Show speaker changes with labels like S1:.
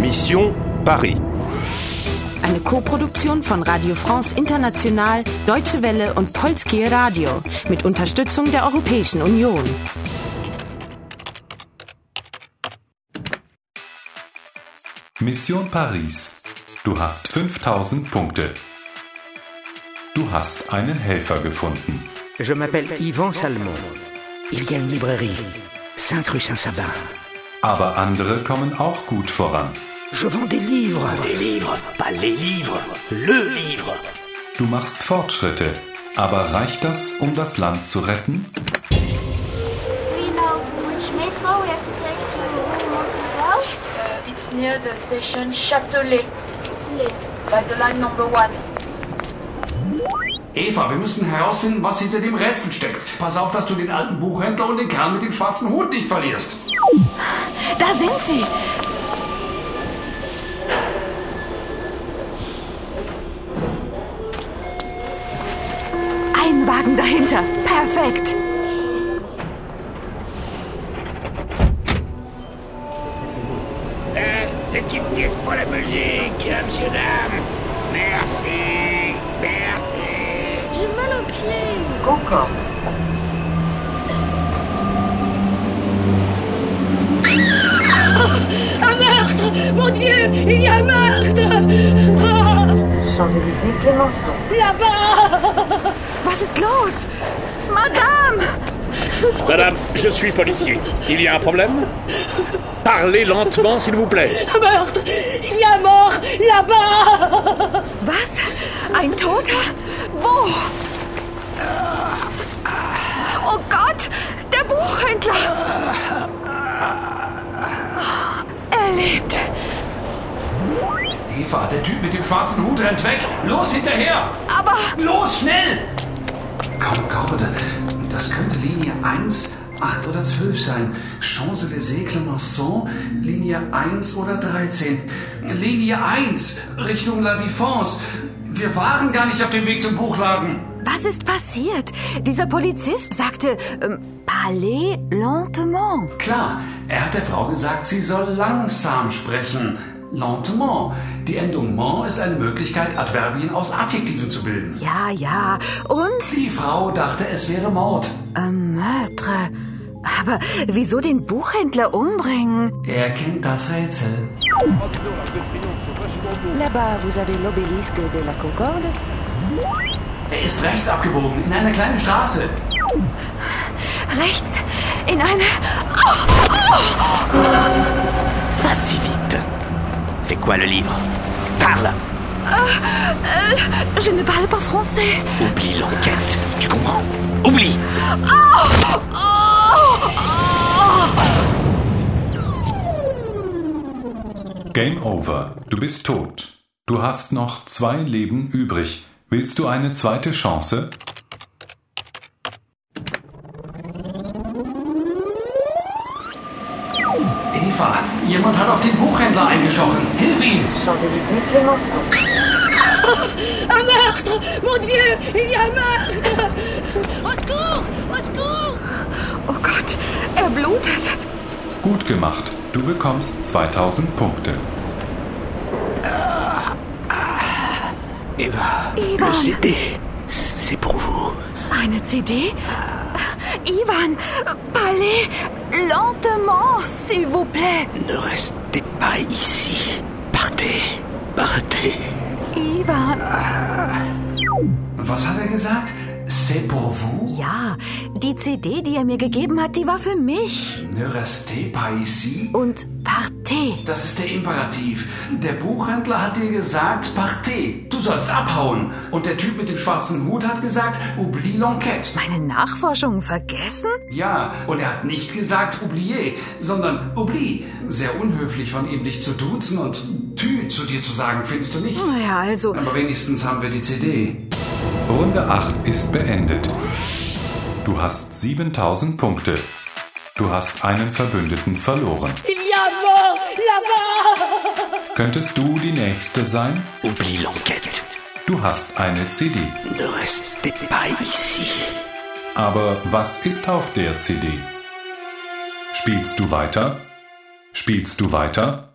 S1: Mission Paris.
S2: Eine Koproduktion von Radio France International, Deutsche Welle und Polskie Radio mit Unterstützung der Europäischen Union.
S3: Mission Paris. Du hast 5000 Punkte. Du hast einen Helfer gefunden.
S4: Je m'appelle Yvan Salmon. Il y a une librairie, 5 rue Saint-Sabin.
S3: Aber andere kommen auch gut voran.
S4: Je vends des livres.
S5: Les livres, pas les livres, le livre.
S3: Du machst Fortschritte. Aber reicht das, um das Land zu retten?
S6: We know which metro we have to take to where we want to go.
S7: It's near the station Châtelet,
S6: It's late.
S7: by the line number one.
S8: Eva, wir müssen herausfinden, was hinter dem Rätsel steckt. Pass auf, dass du den alten Buchhändler und den Kerl mit dem schwarzen Hut nicht verlierst.
S9: Da sind sie. Ein Wagen dahinter. Perfekt.
S5: Une petite pièce pour la Belgique, monsieur, dame. Merci, merci.
S6: J'ai mal aux pieds.
S7: Concorde.
S9: Un meurtre Mon Dieu, il y a un meurtre
S7: Champs-Élysées, Clémenceau.
S9: Was ist los? Madame!
S10: Madame, je suis policier. Il y a un problème Parlez lentement, s'il vous plaît.
S9: Meurtre Il y a mort là-bas Was? Ein Toter? Wo? Oh Gott! Der Buchhändler! Er lebt!
S8: Eva, der Typ mit dem schwarzen Hut rennt weg. Los, hinterher!
S9: Aber
S8: Los, schnell! Concorde, das könnte Linie 1, 8 oder 12 sein. Champs-Élysées, Clemenceau, Linie 1 oder 13. Linie 1, Richtung La Défense. Wir waren gar nicht auf dem Weg zum Buchladen.
S9: was ist passiert? Dieser Polizist sagte, ähm, parlez lentement.
S8: Klar, er hat der Frau gesagt, sie soll langsam sprechen. Lentement. Die Endung ment ist eine Möglichkeit, Adverbien aus Adjektiven zu bilden.
S9: Ja, ja. Und?
S8: Die Frau dachte, es wäre Mord.
S9: Ähm, Meurtre. Aber wieso den Buchhändler umbringen?
S8: Er kennt das Rätsel.
S11: Là-bas, vous avez l'obélisque de la Concorde.
S8: Er ist rechts abgebogen, in einer kleinen Straße.
S9: Rechts in eine.
S5: Pas si vite. C'est quoi le livre Parle
S9: Je ne parle pas français.
S5: Oublie l'enquête, tu comprends Oublie
S3: Game over. Du bist tot. Du hast noch zwei Leben übrig. Willst du eine zweite Chance?
S8: Eva, jemand hat auf den Buchhändler eingestochen. Hilf ihm!
S7: Champs-Élysées, Clémenceau.
S9: Un meurtre Mon Dieu, il y a un meurtre Au secours Au secours Oh Gott, er blutet.
S3: Gut gemacht. Du bekommst 2000 Punkte.
S5: Eva,
S9: Ivan.
S5: le CD, c'est pour vous.
S9: Eine CD? Ivan, parlez lentement, s'il vous plaît.
S5: Ne restez pas ici. Partez, partez.
S9: Ivan.
S8: Was hat er gesagt? C'est pour vous?
S9: Ja, die CD, die er mir gegeben hat, die war für mich.
S8: Ne restez pas ici?
S9: Und Partee.
S8: Das ist der Imperativ. Der Buchhändler hat dir gesagt, partez, du sollst abhauen. Und der Typ mit dem schwarzen Hut hat gesagt, oublie l'enquête.
S9: Meine Nachforschungen vergessen?
S8: Ja, und er hat nicht gesagt, oubliez, sondern oublie. Sehr unhöflich von ihm, dich zu duzen und tü zu dir zu sagen, findest du nicht?
S9: Naja, also.
S8: Aber wenigstens haben wir die CD.
S3: Runde 8 ist beendet. Du hast 7000 Punkte. Du hast einen Verbündeten verloren. Könntest du die nächste sein?
S5: Oublie l'enquête.
S3: Du hast eine CD.
S5: Ne restez pas ici.
S3: Aber was ist auf der CD? Spielst du weiter? Spielst du weiter?